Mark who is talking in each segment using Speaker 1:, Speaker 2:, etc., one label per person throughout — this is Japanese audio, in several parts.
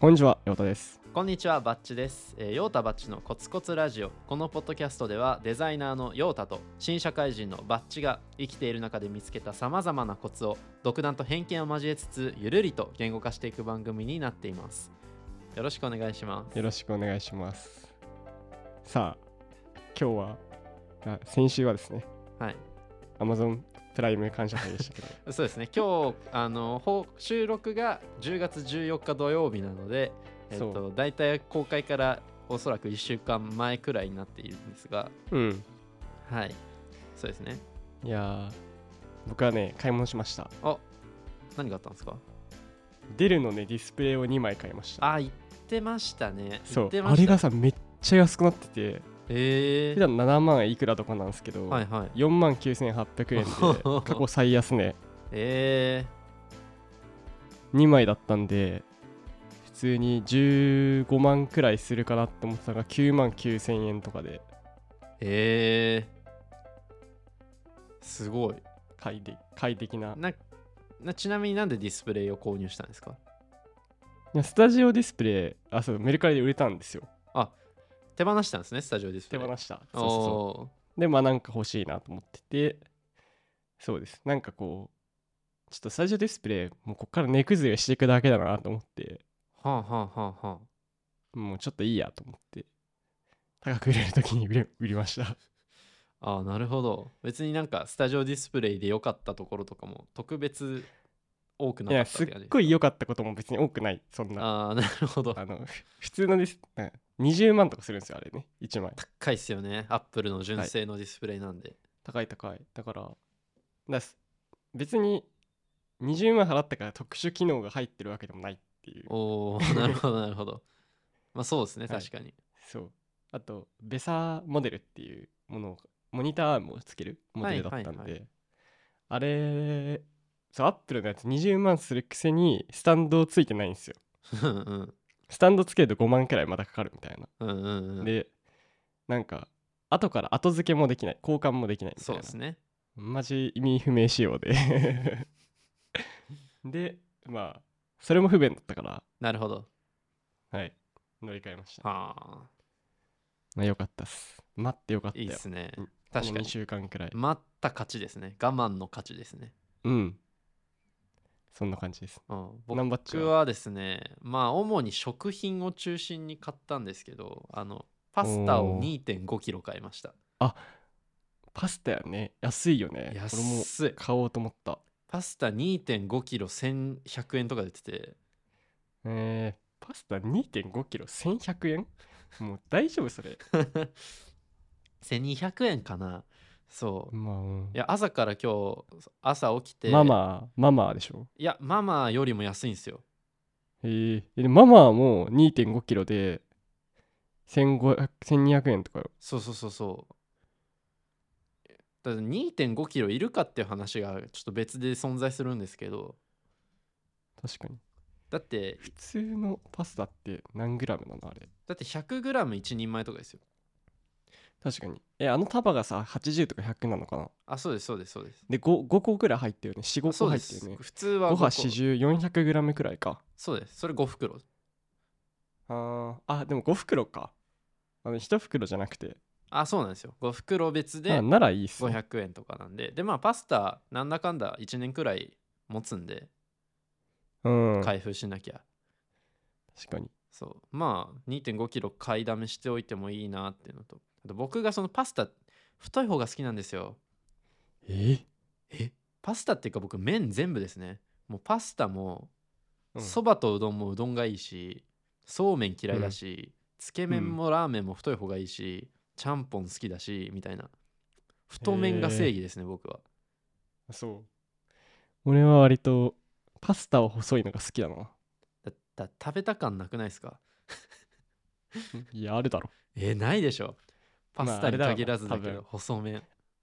Speaker 1: こんにちは、ようたです。
Speaker 2: こんにちは、バッチです。えー、ヨータバッチのコツコツラジオ。このポッドキャストでは、デザイナーのヨータと新社会人のバッチが生きている中で見つけたさまざまなコツを独断と偏見を交えつつ、ゆるりと言語化していく番組になっています。よろしくお願いします。
Speaker 1: よろしくお願いします。さあ、今日は、あ先週はですね、
Speaker 2: はい、
Speaker 1: Amazon プライム感謝祭でしたけど、
Speaker 2: そうですね。今日あのほ収録が10月14日土曜日なので、えっ
Speaker 1: そ
Speaker 2: とだいたい公開からおそらく1週間前くらいになっているんですが、
Speaker 1: うん。
Speaker 2: はい、そうですね。
Speaker 1: いやー、僕はね、買い物しました。
Speaker 2: あ、何があったんですか？
Speaker 1: デルのね、ディスプレイを2枚買いました。
Speaker 2: あ、言ってましたね。
Speaker 1: そ
Speaker 2: 言
Speaker 1: う
Speaker 2: って、ま
Speaker 1: あ
Speaker 2: した
Speaker 1: れが、さ、めっちゃ安くなってて、
Speaker 2: え
Speaker 1: 普段7万いくらとかなんですけど、
Speaker 2: ー、はいはい、
Speaker 1: 4万9800円 で、過去最安値、
Speaker 2: え
Speaker 1: 2枚だったんで、普通に15万くらいするかなって思ってたのが9万9000円とかで
Speaker 2: ー、えー、すごい。
Speaker 1: 快適快適な
Speaker 2: な、なちなみになんでディスプレイを購入したんですか？
Speaker 1: いやスタジオディスプレイあそうメルカリで売れたんですよ
Speaker 2: 手放したんですね、スタジオディスプ
Speaker 1: 手
Speaker 2: レイ。
Speaker 1: 放した
Speaker 2: お
Speaker 1: そうそうそ
Speaker 2: ー
Speaker 1: うでまあなんか欲しいなと思っててそうですなんかこうちょっとスタジオディスプレイもうこっから値崩れしていくだけだなと思って
Speaker 2: はあはあはあはあ。
Speaker 1: もうちょっといいやと思って高く売れる時に売れ売りました
Speaker 2: ああなるほど別になんかスタジオディスプレイで良かったところとかも特別多くないか
Speaker 1: や
Speaker 2: った
Speaker 1: すっ
Speaker 2: っ
Speaker 1: て
Speaker 2: 感じ
Speaker 1: ごい良かったことも別に多くないそんなあ
Speaker 2: ああなるほど
Speaker 1: のふ普通のディスなんか20万とかするんですよあれね1枚
Speaker 2: 高いっすよねアップルの純正のディスプレイなんで、
Speaker 1: 高い高いだからだす別に20万払ったから特殊機能が入ってるわけでもないっていう
Speaker 2: おおなるほどなるほどまあそうですね
Speaker 1: はい
Speaker 2: 確かに、
Speaker 1: そうあとベサーモデルっていうものをモニターアームをつけるモデルだったんで、
Speaker 2: はいはいは
Speaker 1: あれそうアップルのやつ20万するくせにスタンドついてないんですよ
Speaker 2: うん
Speaker 1: スタンドつけると5万くらいまたかかるみたいな、
Speaker 2: うんうんうんうん
Speaker 1: でなんか後から後付けもできない交換もできないみた
Speaker 2: そ
Speaker 1: いうな
Speaker 2: ですね
Speaker 1: マジ意味不明仕様ででまあそれも不便だったから
Speaker 2: なるほど
Speaker 1: はい乗り換えました
Speaker 2: はあ
Speaker 1: まあよかったっす待ってよかった
Speaker 2: い
Speaker 1: よ
Speaker 2: いっすね
Speaker 1: うん
Speaker 2: 確か
Speaker 1: 2
Speaker 2: に
Speaker 1: 週間くらい
Speaker 2: 待った勝ちですね我慢の勝ちですね、
Speaker 1: うんそんな感じです
Speaker 2: うん、僕
Speaker 1: 何バッチ
Speaker 2: 僕はですねまあ主に食品を中心に買ったんですけどあのパスタを
Speaker 1: お
Speaker 2: 2 5キロ買いました
Speaker 1: パスタやね安いよね俺も
Speaker 2: 安い
Speaker 1: 買おうと思った
Speaker 2: パスタ2 5キロ1100円とかで売ってて
Speaker 1: えー、パスタ2 5キロ1 1 0 0円もう大丈夫それ
Speaker 2: 1200円かなそう
Speaker 1: まあ、うん
Speaker 2: いや朝から今日朝起きて
Speaker 1: ママママでしょ
Speaker 2: いやママよりも安いんですよ
Speaker 1: えー、えでママも2 5キロで1500 1200円とかよ
Speaker 2: そうそうそうそうだから2 5キロいるかっていう話がちょっと別で存在するんですけど
Speaker 1: 確かに
Speaker 2: だって
Speaker 1: 普通のパスタって何グラムなのあれ
Speaker 2: だって 100g1 人前とかですよ
Speaker 1: 確かにえあの束がさ80とか100なのかな
Speaker 2: あそうですそうですそうです
Speaker 1: で 5, 5個ぐらい入ってるよね45
Speaker 2: あそ
Speaker 1: 個
Speaker 2: う
Speaker 1: 入
Speaker 2: で
Speaker 1: ってる
Speaker 2: す
Speaker 1: よね
Speaker 2: 普通は
Speaker 1: 5
Speaker 2: 5個
Speaker 1: 八400グラムくらいか
Speaker 2: そうですそれ5袋
Speaker 1: あーあでも5袋かあの1袋じゃなくて
Speaker 2: あそうなんですよ5袋別で
Speaker 1: あならいいっすね
Speaker 2: 500円とかなんででまあパスタなんだかんだ1年くらい持つんで
Speaker 1: うん確
Speaker 2: 開封しなきゃ、
Speaker 1: かに
Speaker 2: そうまあ2 5キロ買いだめしておいてもいいなっていうのとあと僕がそのパスタ太い方が好きなんですよ
Speaker 1: えー
Speaker 2: えパスタっていうか僕麺全部ですねもうパスタも
Speaker 1: うん
Speaker 2: そば、とうどんもうどんがいいしそうめん嫌いだし、つけ麺もラーメンも太い方がいいし、ちゃんぽん好きだしみたいな太麺が正義ですね、僕は
Speaker 1: そう俺は割とパスタは細いのが好きだな
Speaker 2: だだ食べた感なくないですか
Speaker 1: いやあるだろ
Speaker 2: えーないでしょパス
Speaker 1: まああ
Speaker 2: タ
Speaker 1: れ
Speaker 2: に
Speaker 1: だろうな
Speaker 2: 限らずだけ
Speaker 1: 多
Speaker 2: ど、
Speaker 1: 分
Speaker 2: 細麺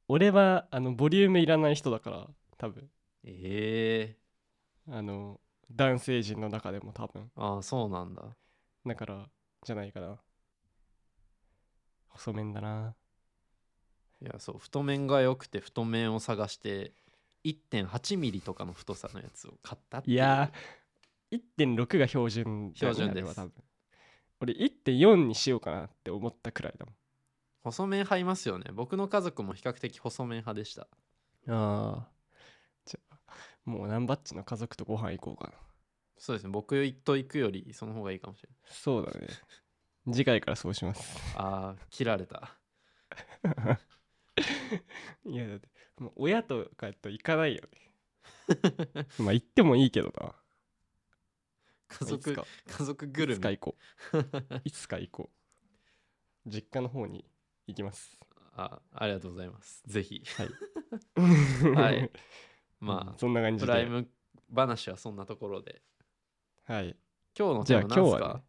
Speaker 1: 俺はあのボリュームいらない人だから多分
Speaker 2: え
Speaker 1: あの男性陣の中でも多分
Speaker 2: ー、ああそうなんだ
Speaker 1: だからじゃないかな細麺だない
Speaker 2: やそう太麺が良くて太麺を探して1 8ミリとかの太さのやつを買ったって
Speaker 1: いや1.6が標準だよね
Speaker 2: 標準
Speaker 1: あれは
Speaker 2: です
Speaker 1: 多分俺1.4にしようかなって思ったくらいだもん
Speaker 2: 細麺派いますよね僕の家族も比較的細麺派でした
Speaker 1: ああじゃあもうナンバッチの家族とご飯行こうかな
Speaker 2: そうですね僕と行くよりその方がいいかもしれ
Speaker 1: そうだね次回からそうします
Speaker 2: ないあー切ら れた
Speaker 1: いやだってもう親とかと行かないよねまあ行ってもいいけどない
Speaker 2: 家
Speaker 1: つ
Speaker 2: 族
Speaker 1: か
Speaker 2: 家族ぐ
Speaker 1: い
Speaker 2: る
Speaker 1: つか
Speaker 2: み
Speaker 1: 行こう いつか行こう実家の方に行きます
Speaker 2: あありがとうございますぜひ
Speaker 1: はい
Speaker 2: ま
Speaker 1: そんな感
Speaker 2: あ
Speaker 1: じ
Speaker 2: プ
Speaker 1: で
Speaker 2: ライム話はそんなところで
Speaker 1: はい
Speaker 2: 今日の
Speaker 1: じ
Speaker 2: テ
Speaker 1: ゃあ
Speaker 2: ー
Speaker 1: 今
Speaker 2: マ何
Speaker 1: 日
Speaker 2: です
Speaker 1: は、ね
Speaker 2: か、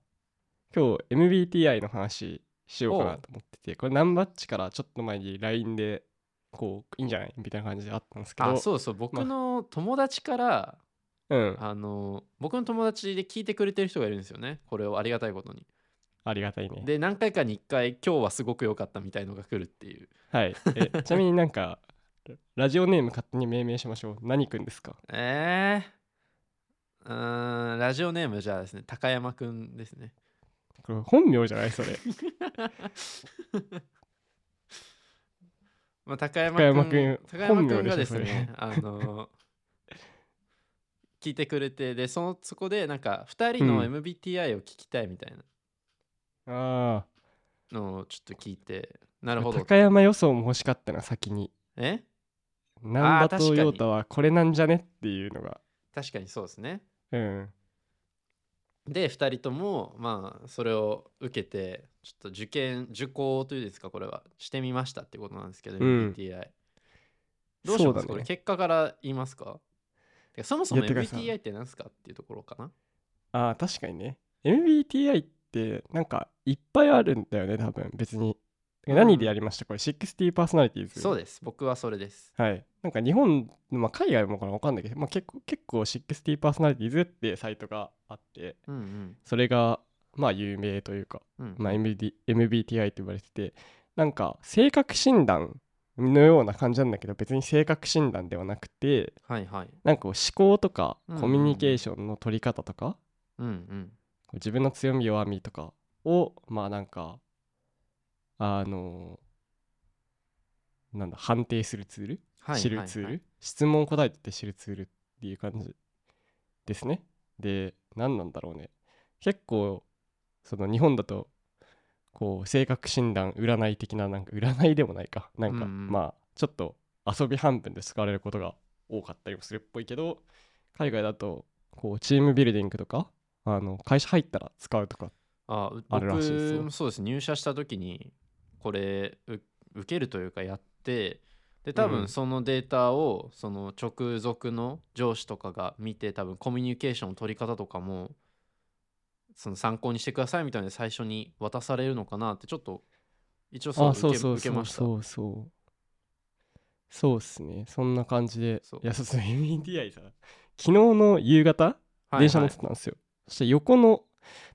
Speaker 1: 今日 MBTI の話しようか
Speaker 2: お
Speaker 1: な
Speaker 2: う
Speaker 1: と思っててこれナンバッチからちょっと前に LINE でこういいんじゃないみたいな感じであったんですけど
Speaker 2: あそうそう僕の友達から、
Speaker 1: うんあ
Speaker 2: あの僕の友達で聞いてくれてる人がいるんですよねこれをありがたいことに
Speaker 1: りがたいね
Speaker 2: で何回かに1回今日はすごく良かったみたいのが来るっていう
Speaker 1: はい えちなみになんかラジオネーム勝手に命名しましょう何くんですか
Speaker 2: えー、うーんラジオネームじゃあですね高山くんですね
Speaker 1: これ本名じゃないそ れ
Speaker 2: まあ、高山
Speaker 1: 高山
Speaker 2: くん
Speaker 1: 君
Speaker 2: 高山くん
Speaker 1: 本名でし
Speaker 2: が
Speaker 1: ょ
Speaker 2: です
Speaker 1: それ
Speaker 2: ねあの聞いてくれてでそのそこでなんか2人の
Speaker 1: う
Speaker 2: MBTI を聞きたいみたい
Speaker 1: ああ
Speaker 2: なのをちょっと聞いて、なるほど
Speaker 1: 高山予想も欲しかったな先に
Speaker 2: え
Speaker 1: ナンバ
Speaker 2: 確か
Speaker 1: と
Speaker 2: に
Speaker 1: ヨータはこれなんじゃねっていうのが
Speaker 2: 確かにそうですね
Speaker 1: うん
Speaker 2: で2人ともまあそれを受けてちょっと受験受講というんですかこれはしてみましたってことなんですけ
Speaker 1: う
Speaker 2: ど、
Speaker 1: ん
Speaker 2: MBTI どうします
Speaker 1: そうだね
Speaker 2: これ結果から言いますかてかそもそも
Speaker 1: いやてかさ
Speaker 2: MBTI って何ですかっていうところかな
Speaker 1: ああ確かにね MBTI ってなんかいっぱいあるんだよね多分別に
Speaker 2: うん
Speaker 1: 何でやりましたこれ60パーソナリティーズ
Speaker 2: そうです僕はそれです
Speaker 1: はいなんか日本、まあ、海外もかな分かんないけど、まあ、結構結構60パーソナリティーズってサイトがあって
Speaker 2: うんうん
Speaker 1: それがまあ有名というか、
Speaker 2: うん
Speaker 1: まあ、MD MBTI と呼ばれててなんか性格診断のような感じなんだけど別に性格診断ではなくて
Speaker 2: はいはい。
Speaker 1: なんかこう思考とか
Speaker 2: うんうん
Speaker 1: コミュニケーションの取り方とか、
Speaker 2: うんうん。
Speaker 1: こう自分の強み弱みとかをまあなんかあのなんだ判定するツール、
Speaker 2: はい
Speaker 1: 知るツール、
Speaker 2: はいはい
Speaker 1: 質問答えて知るツールっていう感じですねで何なんだろうね結構その日本だとこう性格診断占い的ななんか占いでもないかなんか、
Speaker 2: うんうん
Speaker 1: まあちょっと遊び半分で使われることが多かったりもするっぽいけど海外だとこうチームビルディングとかあの会社入ったら使うとか
Speaker 2: あう
Speaker 1: あるらしいですよ
Speaker 2: 僕もそうです。入社した時にこれう受けるというかやって、で多
Speaker 1: う
Speaker 2: 分
Speaker 1: ん
Speaker 2: そのデータをその直属の上司とかが見て多分コミュニケーションの取り方とかもその参考にしてくださいみたいなので最初に渡されるのかなってちょっと一応そう
Speaker 1: あ
Speaker 2: 受
Speaker 1: そう
Speaker 2: け
Speaker 1: そう
Speaker 2: 受け
Speaker 1: そ
Speaker 2: ま
Speaker 1: う
Speaker 2: した。
Speaker 1: そうそうそうっすねそんな感じで
Speaker 2: そう
Speaker 1: いやそうそう MBTI さ昨日の夕方
Speaker 2: はい
Speaker 1: 電車乗
Speaker 2: は
Speaker 1: っ
Speaker 2: い
Speaker 1: てたんですよ、そして横の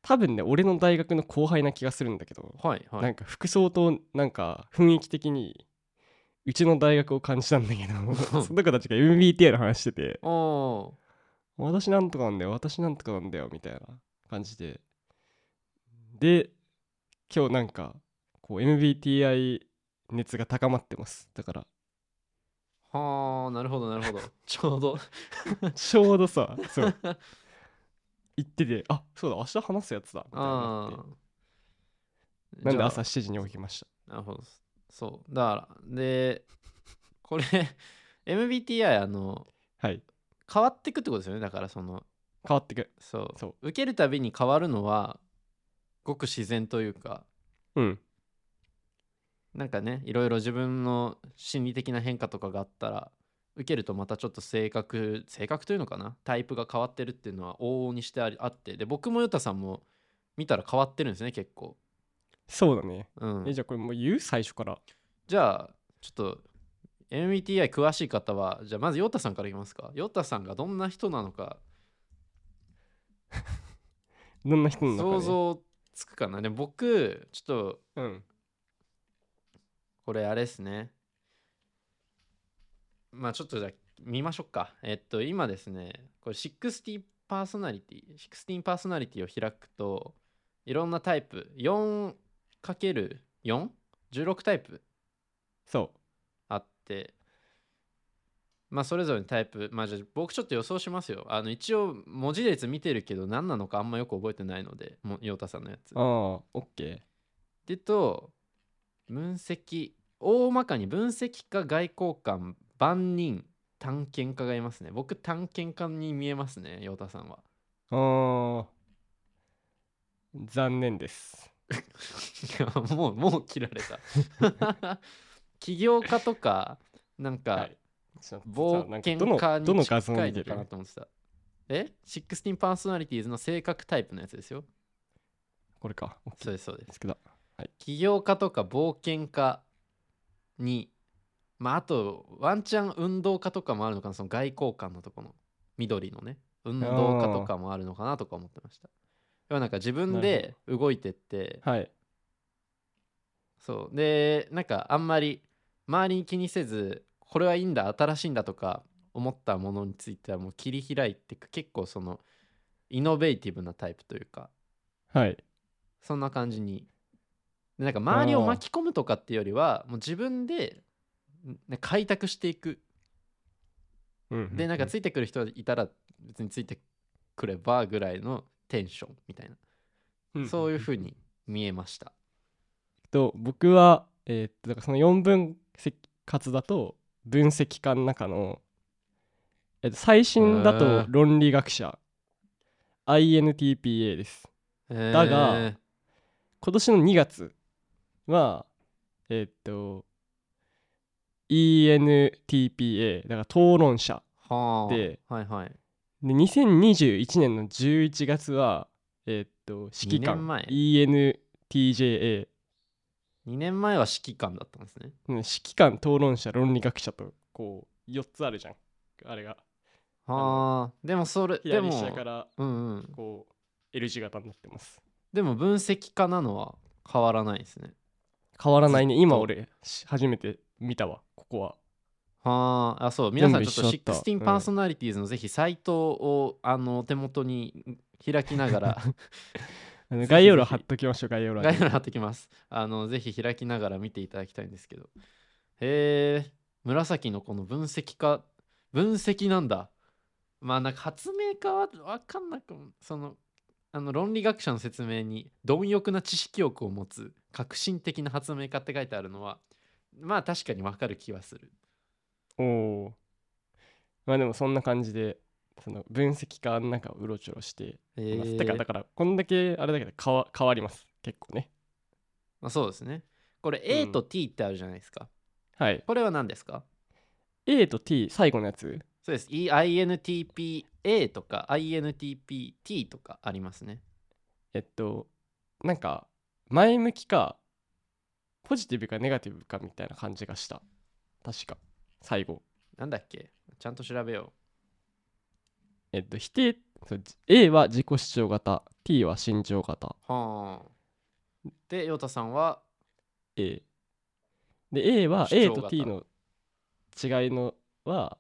Speaker 1: 多分ね俺の大学の後輩な気がするんだけど、
Speaker 2: はいは。
Speaker 1: ないんか服装となんか雰囲気的にうちの大学を感じたんだけ どその子たちが MBTI の話してて
Speaker 2: おお
Speaker 1: 私なんとかなんだよ私なんとかなんだよみたいな感じでで今日なんかこう MBTI 熱が高まってますだから
Speaker 2: ー。はあなるほどなる ほど。ちょうど。
Speaker 1: ちょうどさそう言っててあそうだ明日話すやつだみたいにな
Speaker 2: あ
Speaker 1: って
Speaker 2: あ。
Speaker 1: なん
Speaker 2: じ
Speaker 1: で
Speaker 2: ゃあ
Speaker 1: 朝7時に起きました
Speaker 2: なるほど。そう。だから、で、これ、MBTI、あの、
Speaker 1: はい
Speaker 2: 変わっていくってことですよね。だから、その、
Speaker 1: 変わってく
Speaker 2: そう。
Speaker 1: そ
Speaker 2: 受けるたびに変わるのは、ごく自然というか、
Speaker 1: うん
Speaker 2: なんかね、いろいろ自分の心理的な変化とかがあったら、受けるとまたちょっと性格、性格というのかな、タイプが変わってるっていうのは往々にしてありあって、で、僕もヨタさんも見たら変わってるんですね、結構。
Speaker 1: そうだね
Speaker 2: うん、
Speaker 1: えじゃあこれもう言う最初から
Speaker 2: じゃあちょっと MBTI 詳しい方はじゃあまずヨタさんからいきますかヨタさんがどんな人なのか
Speaker 1: どんな人なのか、ね、
Speaker 2: 想像つくかなでも僕ちょっと
Speaker 1: うん
Speaker 2: これあれですねまあちょっとじゃあ見ましょうかえっと今ですねこれ60パーソナリティ16パーソナリティを開くといろんなタイプ 4×416 タイプ
Speaker 1: そ
Speaker 2: あってまあそれぞれのタイプまあじゃあ僕ちょっと予想しますよあの一応文字列見てるけど何なのかあんまよく覚えてないのでも陽太さんのやつ
Speaker 1: う。ああ、オッケー。
Speaker 2: でと分析大まかに分析家外交官万人探検家がいますね僕探検家に見えますね陽太さんは
Speaker 1: ああ、残念です。
Speaker 2: いやもうもう切られた 起業家とかなん
Speaker 1: は
Speaker 2: か
Speaker 1: いちょっと
Speaker 2: 冒
Speaker 1: なんか
Speaker 2: 険
Speaker 1: どの
Speaker 2: 家
Speaker 1: どの
Speaker 2: に
Speaker 1: 画像
Speaker 2: 近い
Speaker 1: 見て
Speaker 2: のかな
Speaker 1: る
Speaker 2: と思ってたえ16パーソナリティーズの性格タイプのやつですよ
Speaker 1: これか。オッケー
Speaker 2: そうですそうです
Speaker 1: 見つけた。
Speaker 2: 起業家とか冒険家にまああとワンチャン運動家とかもあるのかなその外交官のとこの緑のね運動家とかもあるのかなとか思ってました要はなんか自分で動いてって
Speaker 1: はい。
Speaker 2: そうでなんかあんまり周りに気にせずこれはいいんだ新しいんだとか思ったものについてはもう切り開いていく結構そのイノベーティブなタイプというか
Speaker 1: はい。
Speaker 2: そんな感じにでなんか周りを巻き込むとかっていうよりはもう自分でんね開拓していく
Speaker 1: うん
Speaker 2: でなんかついてくる人いたら別についてくればぐらいのテンションみたいな、そういう風に見えました
Speaker 1: えっと僕は、えーっとだからその4分割だと分析家の中の、えっと最新だ
Speaker 2: へ
Speaker 1: と
Speaker 2: ー
Speaker 1: 論理学者 INTPA です
Speaker 2: だ
Speaker 1: が今年の2月はえーっと ENTPA だから討論者
Speaker 2: はあ
Speaker 1: で
Speaker 2: はいはい
Speaker 1: で2021年の11月はえーっと指揮官
Speaker 2: 二年前
Speaker 1: ENTJA
Speaker 2: 2年前は指揮官だったんですね
Speaker 1: うん指揮官討論者論理学者とこう4つあるじゃんあれが
Speaker 2: はあでもそれで
Speaker 1: 左
Speaker 2: も
Speaker 1: 下から
Speaker 2: うんうん
Speaker 1: こう L 字型になってます
Speaker 2: でも分析家なのは変わらないですね
Speaker 1: 変わらないね
Speaker 2: ずっと
Speaker 1: 今俺し初めて見たわここは
Speaker 2: はあ、あ、そう、皆
Speaker 1: 全
Speaker 2: さ
Speaker 1: 部
Speaker 2: んちょっと
Speaker 1: 一緒だった
Speaker 2: 16パーソナリティーズのぜひサイトを、あのお手元に開きながら、
Speaker 1: あの
Speaker 2: ぜひ
Speaker 1: 概要欄貼っときましょう概要欄
Speaker 2: 概
Speaker 1: に
Speaker 2: 要欄貼ってきます。あのぜひ開きながら見ていただきたいんですけど。へえ、紫のこの分析家、分析なんだ。まあなんか発明家は分かんなくも、その、あの論理学者の説明に貪欲な知識欲を持つ革新的な発明家って書いてあるのは、まあ確かに分かる気はする。
Speaker 1: おおーまあでもそんな感じでその分析家の中をうろちょろして
Speaker 2: へ
Speaker 1: います、
Speaker 2: え
Speaker 1: だからだからこんだけあれだけど変わ変わります結構ね
Speaker 2: まあ、そうですね。これ A
Speaker 1: うん
Speaker 2: と T ってあるじゃないですか。
Speaker 1: はい
Speaker 2: これは何ですか
Speaker 1: A と T 最後のやつ
Speaker 2: そうです。E- INTPA とか INTPT とかありますね。
Speaker 1: えっとなんか前向きかポジティブかネガティブかみたいな感じがした確か最後
Speaker 2: なんだっけちゃんと調べよ
Speaker 1: えっと否定そうじ A は自己主張型 T は慎重型
Speaker 2: う。はあ。で、ヨタさんは
Speaker 1: A で A は
Speaker 2: 主
Speaker 1: A
Speaker 2: 張型
Speaker 1: と T の違いのは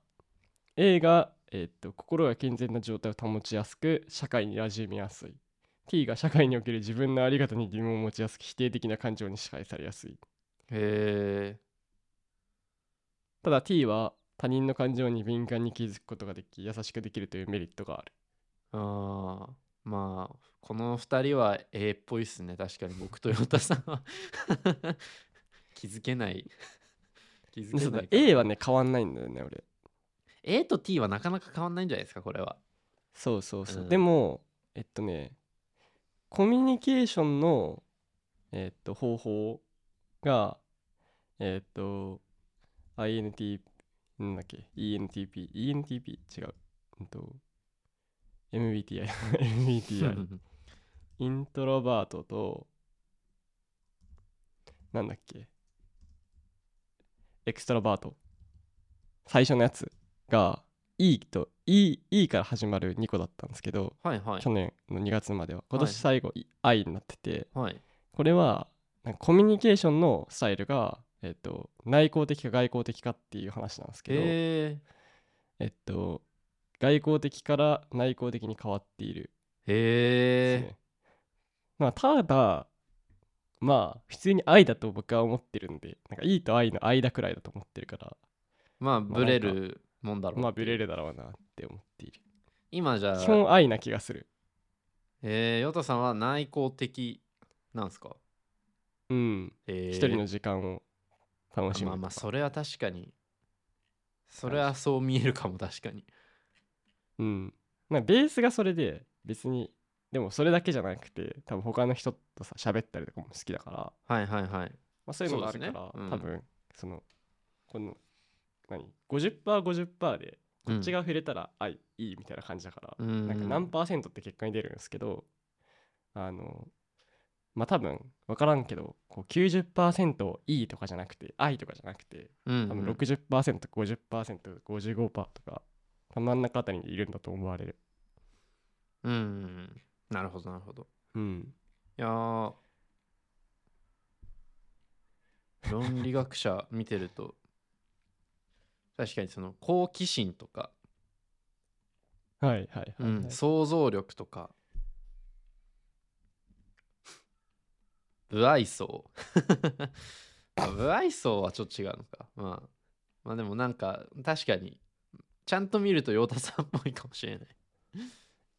Speaker 1: A が、えっと心が健全な状態を保ちやすく社会に馴染みやすい T が社会における自分のあり方に疑問を持ちやすく否定的な感情に支配されやすい
Speaker 2: へえ。
Speaker 1: ただ T は他人の感情に敏感に気づくことができ優しくできるというメリットがある
Speaker 2: ああ。まあ、この2人は A っぽいっすね。確かに僕とヨタさんは 気づけない。 気づ
Speaker 1: で
Speaker 2: け
Speaker 1: そう
Speaker 2: な
Speaker 1: だ
Speaker 2: いから。
Speaker 1: A はね変わんないんだよね俺
Speaker 2: A と T はなかなか変わんないんじゃないですか、これは。
Speaker 1: そうそうそう、
Speaker 2: うん
Speaker 1: でもえっとねコミュニケーションのえっと方法がえっと INT なんだっけ ENTP ENTP 違う、うんと、MBTI MBTI イントロバートと、なんだっけ、エクストロバート。最初のやつが E と E, e から始まる2個だったんですけど、
Speaker 2: はいはい
Speaker 1: 去。年の2月までは、今
Speaker 2: は
Speaker 1: 年
Speaker 2: い
Speaker 1: 最後、い I になってて、
Speaker 2: はい。
Speaker 1: これはなんかコミュニケーションのスタイルが、えっと、内向的か外向的かっていう話なんですけど、
Speaker 2: へえ。
Speaker 1: えっと、外交的から内向的に変わっているです
Speaker 2: へえ
Speaker 1: ね。まあ、ただ、まあ、普通に愛だと僕は思ってるんで、なんかいいと愛の間くらいだと思ってるから、
Speaker 2: まあブレるもんだろう、
Speaker 1: まあ、ブレるだろうなって思っている。
Speaker 2: 今じゃ
Speaker 1: 基
Speaker 2: あ
Speaker 1: 本愛な気がする。
Speaker 2: えー、ヨタさんは内向的なんですか
Speaker 1: うん。
Speaker 2: 一
Speaker 1: 一人の時間を楽しむとか。
Speaker 2: まあまあそれは確かにそれはそう見えるかも確かに
Speaker 1: うん。なんかベースがそれで、別に、でもそれだけじゃなくて、多分他の人とさ、喋ったりとかも好きだから、
Speaker 2: はいはいはい
Speaker 1: まあ、そういうのがあ
Speaker 2: そ
Speaker 1: る
Speaker 2: う
Speaker 1: か
Speaker 2: ですね
Speaker 1: ら、
Speaker 2: うん
Speaker 1: 多分そのこの何 50%50% でこっちが触れたら、あいいみたいな感じだから、
Speaker 2: うん
Speaker 1: なんか何パーセントって結果に出るんですけどあのまあ多分分からんけどこう90%いいとかじゃなくて愛とかじゃなくて
Speaker 2: うん
Speaker 1: 多分
Speaker 2: うん
Speaker 1: 60%50%55% とか真ん中あたりにいるんだと思われる。
Speaker 2: うんうんなるほどなるほど
Speaker 1: うん、
Speaker 2: いやー論理学者見てると確かにその好奇心とか、
Speaker 1: はいはいはい、はい
Speaker 2: うん想像力とか不愛想 まあ不愛想はちょっと違うのか、まあ、まあでもなんか確かにちゃんと見ると陽太さんっぽいかもしれない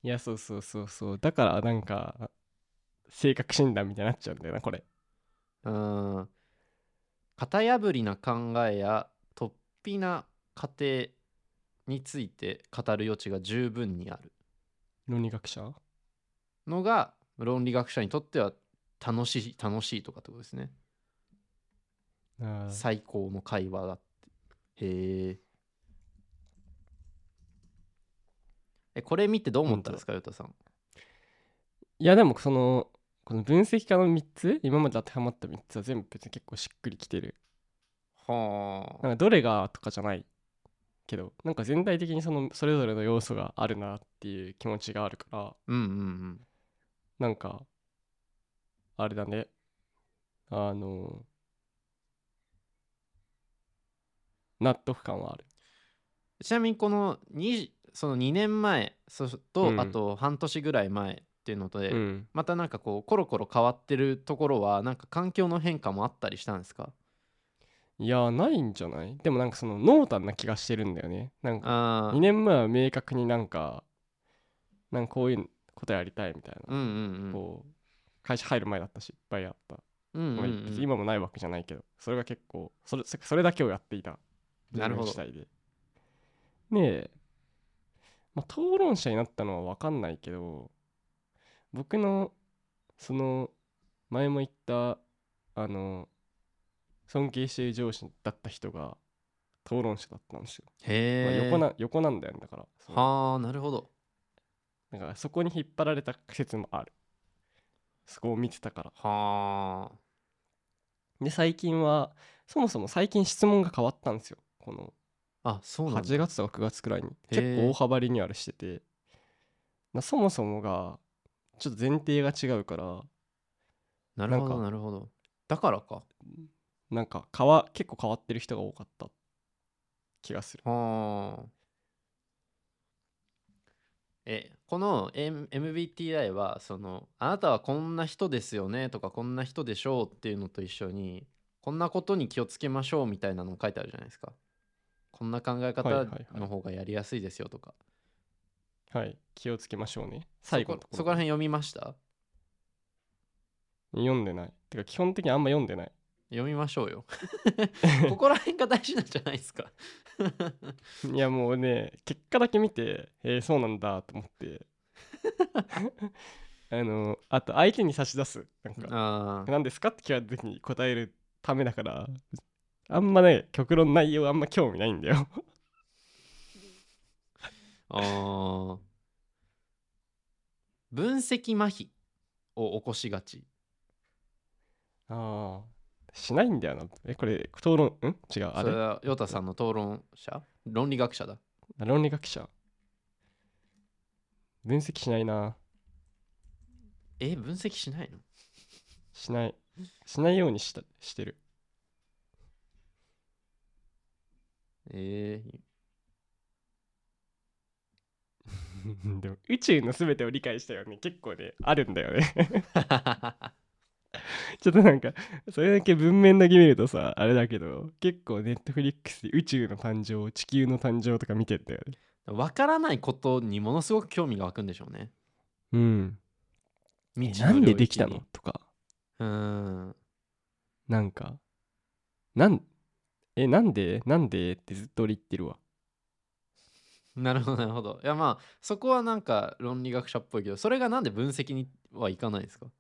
Speaker 1: いやそうそうそうそうだからなんか性格診断みたいになっちゃうんだよなこれ
Speaker 2: うん型破りな考えや突飛な過程について語る余地が十分にある
Speaker 1: 論理学者
Speaker 2: のが論理学者にとっては楽しい楽しいとかってことですね
Speaker 1: あー
Speaker 2: 最高の会話だってへーえこれ見てどう思ったんですかヨタさん
Speaker 1: いやでもそのこの分析家の3つ今まで当てはまった3つは全部別に結構しっくりきてる
Speaker 2: は
Speaker 1: なんかどれがとかじゃないけどなんか全体的にそのそれぞれの要素があるなっていう気持ちがあるから
Speaker 2: うんうんうん
Speaker 1: なんかあれだねあの納得感はある
Speaker 2: ちなみにこの 2, その2年前そと、
Speaker 1: うん
Speaker 2: あと半年ぐらい前っていうのとで、
Speaker 1: うん
Speaker 2: またなんかこうコロコロ変わってるところはなんか環境の変化もあったりしたんですか
Speaker 1: いやないんじゃないでもなんかその濃淡な気がしてるんだよねなんか
Speaker 2: ああ
Speaker 1: 2年前は明確になんかなんかこういうことやりたいみたい
Speaker 2: うん
Speaker 1: な、
Speaker 2: うんうん
Speaker 1: こう会社入る前だったしいっぱいあった、
Speaker 2: うん
Speaker 1: ま
Speaker 2: う
Speaker 1: あ
Speaker 2: ん
Speaker 1: 別
Speaker 2: う
Speaker 1: に
Speaker 2: ん
Speaker 1: 今もないわけじゃないけどそれが結構それそそれだけをやっていた
Speaker 2: なるほど
Speaker 1: 自分主体でねえ、まあ、討論者になったのは分かんないけど僕のその前も言ったあの尊敬している上司だった人が討論者だったんですよ、まあ
Speaker 2: へえ、
Speaker 1: 横な横なんだよねだからその
Speaker 2: はあなるほど
Speaker 1: だからそこに引っ張られた説もあるそこを見てたから
Speaker 2: はあ
Speaker 1: で最近はそもそも最近質問が変わったんですよこの
Speaker 2: あそうなんだ
Speaker 1: 8月とか9月くらいに
Speaker 2: へー
Speaker 1: 結構大幅リニューアルしててなそもそもがちょっと前提が違うから
Speaker 2: なるほ
Speaker 1: なん
Speaker 2: ど
Speaker 1: か
Speaker 2: なるほどだからか
Speaker 1: なんか変わ結構変わってる人が多かった気がする
Speaker 2: はあえこの、M、MBTI はそのあなたはこんな人ですよねとかこんな人でしょうっていうのと一緒にこんなことに気をつけましょうみたいなの書いてあるじゃないですかこんな考え
Speaker 1: はいは
Speaker 2: 方
Speaker 1: いはい
Speaker 2: の方がやりやすいですよとか
Speaker 1: はい気をつけましょうね
Speaker 2: そ
Speaker 1: 最後
Speaker 2: こ
Speaker 1: のところ
Speaker 2: そこら辺読みました
Speaker 1: 読んでないてか基本的にあんま読んで ない
Speaker 2: 読みましょ うよここら辺が大事なんじゃないですか
Speaker 1: いやもうね結果だけ見てえーそうなんだと思って あのあと相手に差し出すなんか
Speaker 2: あー
Speaker 1: 何ですかって聞かれた時に答えるためだからあんまね極論内容あんま興味ないんだよ
Speaker 2: あー分析麻痺を起こしがち
Speaker 1: ああ しないんだよなえこれ討論ん違うあ
Speaker 2: それ
Speaker 1: れ
Speaker 2: はヨタさんの討論者論理学者だ
Speaker 1: 論理学者分析しないな
Speaker 2: え分析しないの
Speaker 1: しないしないようにしたしてる
Speaker 2: えー
Speaker 1: でも宇宙の全てを理解したよね結構ねあるんだよね ちょっとなんかそれだけ文面だけ見るとさあれだけど結構ネットフリックスで宇宙の誕生地球の誕生とか見てんだよね
Speaker 2: わからないことにものすごく興味が湧くんでしょうね。
Speaker 1: うんえ
Speaker 2: 未知
Speaker 1: なんで
Speaker 2: 領域に
Speaker 1: できたのとか
Speaker 2: うーん。
Speaker 1: なんかなんえなんでなんでってずっと俺言ってるわ
Speaker 2: なるほどなるほど。いやまあそこはなんか論理学者っぽいけどそれがなんで分析にはいかないんですか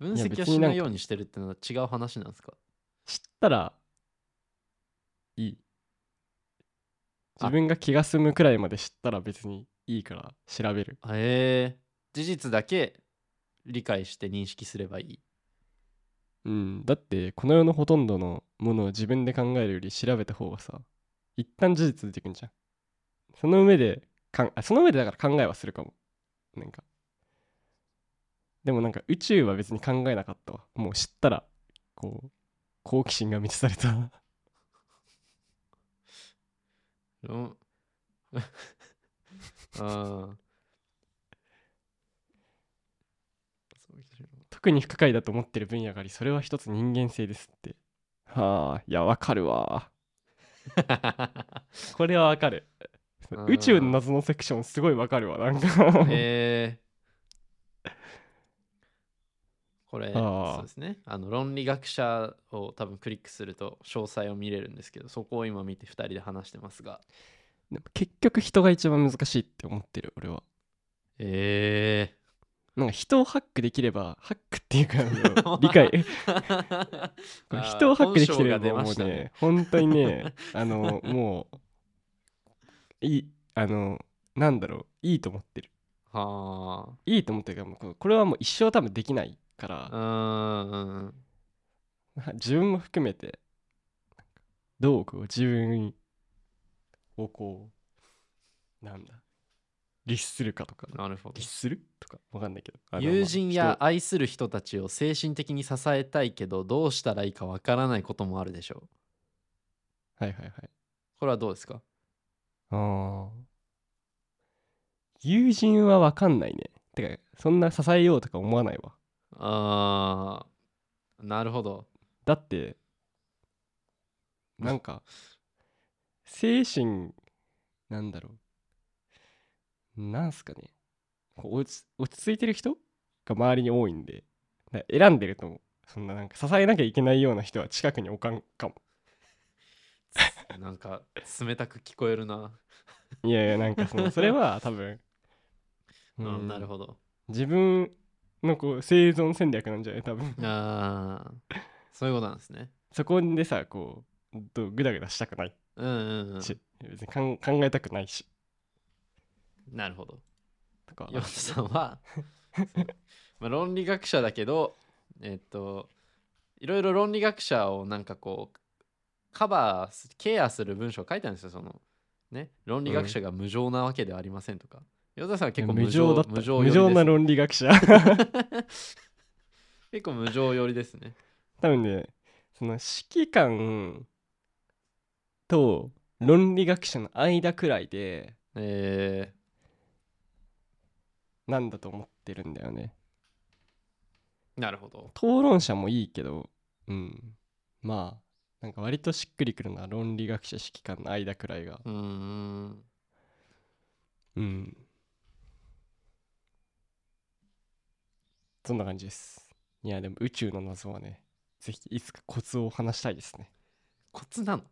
Speaker 2: 分
Speaker 1: いや
Speaker 2: 析
Speaker 1: 別
Speaker 2: は
Speaker 1: に
Speaker 2: し
Speaker 1: なんか
Speaker 2: ないようにしてるってのは違う話なんですか
Speaker 1: 知ったらいい
Speaker 2: あ
Speaker 1: 自分が気が済むくらいまで知ったら別にいいから調べる
Speaker 2: へえ事実だけ理解して認識すればいい。
Speaker 1: うんだってこの世のほとんどのものを自分で考えるより調べた方がさ一旦事実出てくんじゃんその上でかんあその上でだから考えはするかもなんかでもなんか宇宙は別に考えなかったわもう知ったらこう好奇心が満たされた
Speaker 2: うん。ああ。
Speaker 1: 特に不可解だと思ってる分野がありそれは一つ人間性ですってはあいやわかるわこれはわかる
Speaker 2: うん
Speaker 1: 宇宙の謎のセクションすごいわかるわなん か
Speaker 2: えーこれ
Speaker 1: ああ
Speaker 2: そうですねあの論理学者を多分クリックすると詳細を見れるんですけどそこを今見て2人で話してますが
Speaker 1: でも結局人が一番難しいって思ってる俺は
Speaker 2: え
Speaker 1: なんか人をハックできればハックっていうか あの理解
Speaker 2: ー
Speaker 1: これ人をハックできてればも
Speaker 2: 本性が出ま
Speaker 1: う
Speaker 2: した
Speaker 1: ね
Speaker 2: ね
Speaker 1: 本当にねあのもういいあのなんだろういいと思ってる
Speaker 2: はい
Speaker 1: いと思ってるからもうここれはもう一生多分できないから、
Speaker 2: あうーん
Speaker 1: 自分も含めてどうこう自分をこうなんだ律するかとか
Speaker 2: なるほど
Speaker 1: 律するとかわかんないけどあの
Speaker 2: 友人
Speaker 1: まあ
Speaker 2: や愛する人たちを精神的に支えたいけどどうしたらいいかわからないこともあるでしょう
Speaker 1: はいはいはい
Speaker 2: これはどうですか
Speaker 1: ああ。友人は分かんないね。てか、そんな支えようとか思わないわ。
Speaker 2: あーなるほど
Speaker 1: だって、なんか、精神、なんだろう。なんすかね。こう落ち落ち着いてる人が周りに多いんで、だから選んでると思う。そんななんか支えなきゃいけないような人は近くに置かんかも。
Speaker 2: なんか冷たく聞こえるな。
Speaker 1: いやいや、なんかその、それは多 分、う
Speaker 2: うん
Speaker 1: ん、
Speaker 2: なるほど。
Speaker 1: 自分のこう生存戦略なんじゃない多分。
Speaker 2: ああ、そういうことなんですね。
Speaker 1: そこでさこうどうグダグダしたくない
Speaker 2: うんうん、うん。
Speaker 1: し、別にかん考えたくないし
Speaker 2: なるほど。
Speaker 1: とか
Speaker 2: ヨウタ さんは、 そうまあ、論理学者だけど、えっと、いろいろ論理学者をなんかこう、カバーす、ケアする文章を書いたんですよ。その、ね、論理学者が無情なわけではありませんとか。ヨウタさんは結構無情
Speaker 1: だった無情
Speaker 2: 寄りです
Speaker 1: な論理学者
Speaker 2: 結構無情寄りですね。
Speaker 1: 多分ねその指揮官と論理学者の間くらいで
Speaker 2: え
Speaker 1: なんだと思ってるんだよね
Speaker 2: ー、なるほど。
Speaker 1: 討論者もいいけどうんまあなんか割としっくりくるのは論理学者指揮官の間くらいが
Speaker 2: うーん。
Speaker 1: うんそんな感じです。いや、でも宇宙の謎はね、ぜひいつかコツを話したいですね。
Speaker 2: コツなの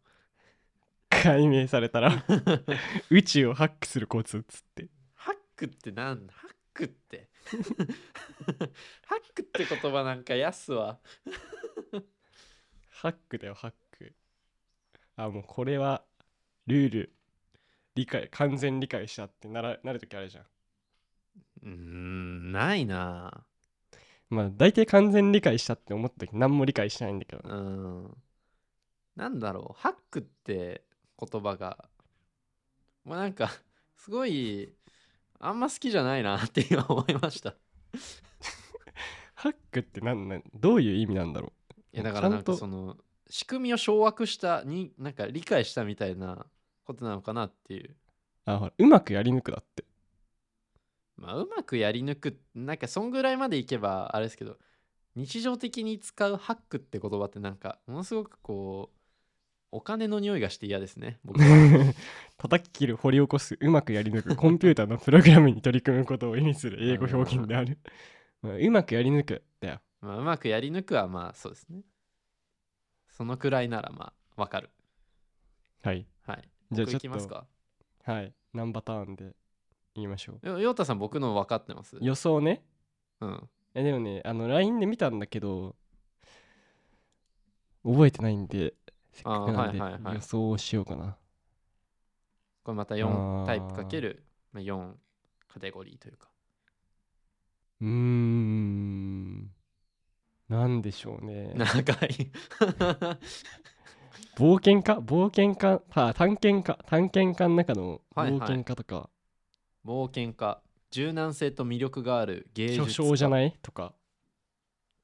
Speaker 1: 解明されたら宇宙をハックするコツっつって。
Speaker 2: ハックってなんハックって ハックって言葉なんかやすわ
Speaker 1: ハックだよ、ハック。あ、もうこれはルール、理解、完全理解したってならなるときあるじゃん。
Speaker 2: うーんないな
Speaker 1: まあ大体完全理解したって思ったとき何も理解しないんだけど
Speaker 2: ぁ
Speaker 1: ね、
Speaker 2: うんなんだろうハックって言葉がもうなんかすごいあんま好きじゃないなって今思いましたい
Speaker 1: ハックってなんなんどういう意味なんだろ
Speaker 2: やだからな
Speaker 1: ち
Speaker 2: ん
Speaker 1: ゃん
Speaker 2: か
Speaker 1: と
Speaker 2: その仕組みを掌握したになんか理解したみたいなことなのかなっていう
Speaker 1: うあほらうまくやり抜くだって
Speaker 2: まあ、うまくやり抜くなんかそんぐらいまでいけばあれですけど日常的に使うハックって言葉ってなんかものすごくこうお金の匂いがして嫌ですね僕は
Speaker 1: 叩き切る掘り起こすうまくやり 抜くコンピューターのプログラムに取り組むことを意味する英語表現であるまあうまくやり抜くだよ
Speaker 2: まあうまくやり抜くはまあそうですねそのくらいならまあわかる
Speaker 1: はい
Speaker 2: はい
Speaker 1: じゃあちょっ
Speaker 2: 僕
Speaker 1: と
Speaker 2: いきますか
Speaker 1: はい何パターンで言いましょ
Speaker 2: よようたさん僕の分かってます
Speaker 1: う予想ね
Speaker 2: うん
Speaker 1: えでもねあの LINE で見たんだけど覚えてないんでせっかくなんで
Speaker 2: あーはいはいはい
Speaker 1: 予想をしようかな
Speaker 2: これまた
Speaker 1: あー
Speaker 2: 4タイプかけるまあ4カテゴリーというか
Speaker 1: うーんなんでしょうね
Speaker 2: 長い
Speaker 1: 冒険家冒険家あ探検家探検家の中の
Speaker 2: はいはい
Speaker 1: 冒険家とか、
Speaker 2: 冒険家柔軟性と魅力がある芸術
Speaker 1: 巨匠じゃ
Speaker 2: い
Speaker 1: ないとか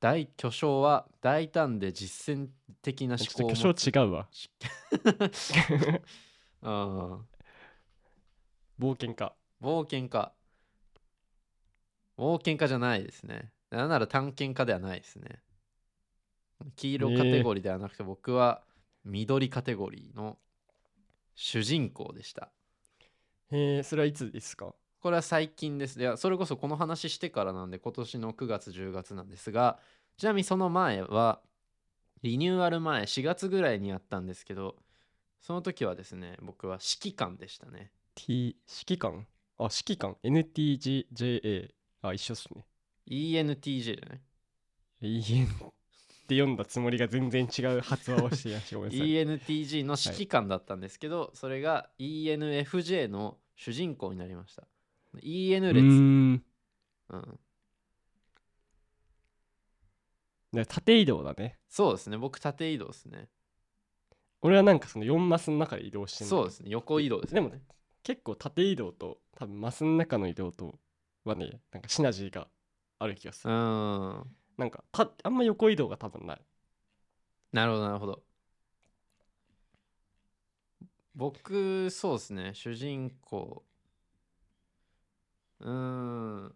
Speaker 2: 大巨匠は大胆で実践的な
Speaker 1: ち
Speaker 2: 思
Speaker 1: ょっ
Speaker 2: 考を
Speaker 1: と
Speaker 2: 持
Speaker 1: 巨
Speaker 2: つ
Speaker 1: 匠違うわ
Speaker 2: あ
Speaker 1: 冒険家
Speaker 2: ー冒険家冒険家じゃないですねなんなら探検家ではないですね黄色カテゴリーではなくて僕は緑カテゴリーの主人公でした
Speaker 1: へえそれはいつですか
Speaker 2: これは最近ですいやそれこそこの話してからなんで今年の9月10月なんですがちなみにその前はリニューアル前4月ぐらいにやったんですけどその時はですね僕は指揮官でしたね
Speaker 1: T 指揮官あ指揮官 NTGJA あ一緒っすね
Speaker 2: ENTJ だね
Speaker 1: EN って読んだつもりが全然違う発話をしていましたごめんなさい
Speaker 2: ENTG の指揮官だったんですけど、それが ENFJ の主人公になりました EN
Speaker 1: う
Speaker 2: 列、うん
Speaker 1: ーんで縦移動だね
Speaker 2: そうですね僕縦移動ですね
Speaker 1: 俺はなんかその4マスの中で移動してんだけど
Speaker 2: そうですね横移動ですね
Speaker 1: でも結構縦移動と多分マスの中の移動とはねなんかシナジーがある気がす
Speaker 2: う
Speaker 1: る、
Speaker 2: ん
Speaker 1: なんかたあんま横移動が多分ない
Speaker 2: なるほどなるほど僕そうですね主人公うーん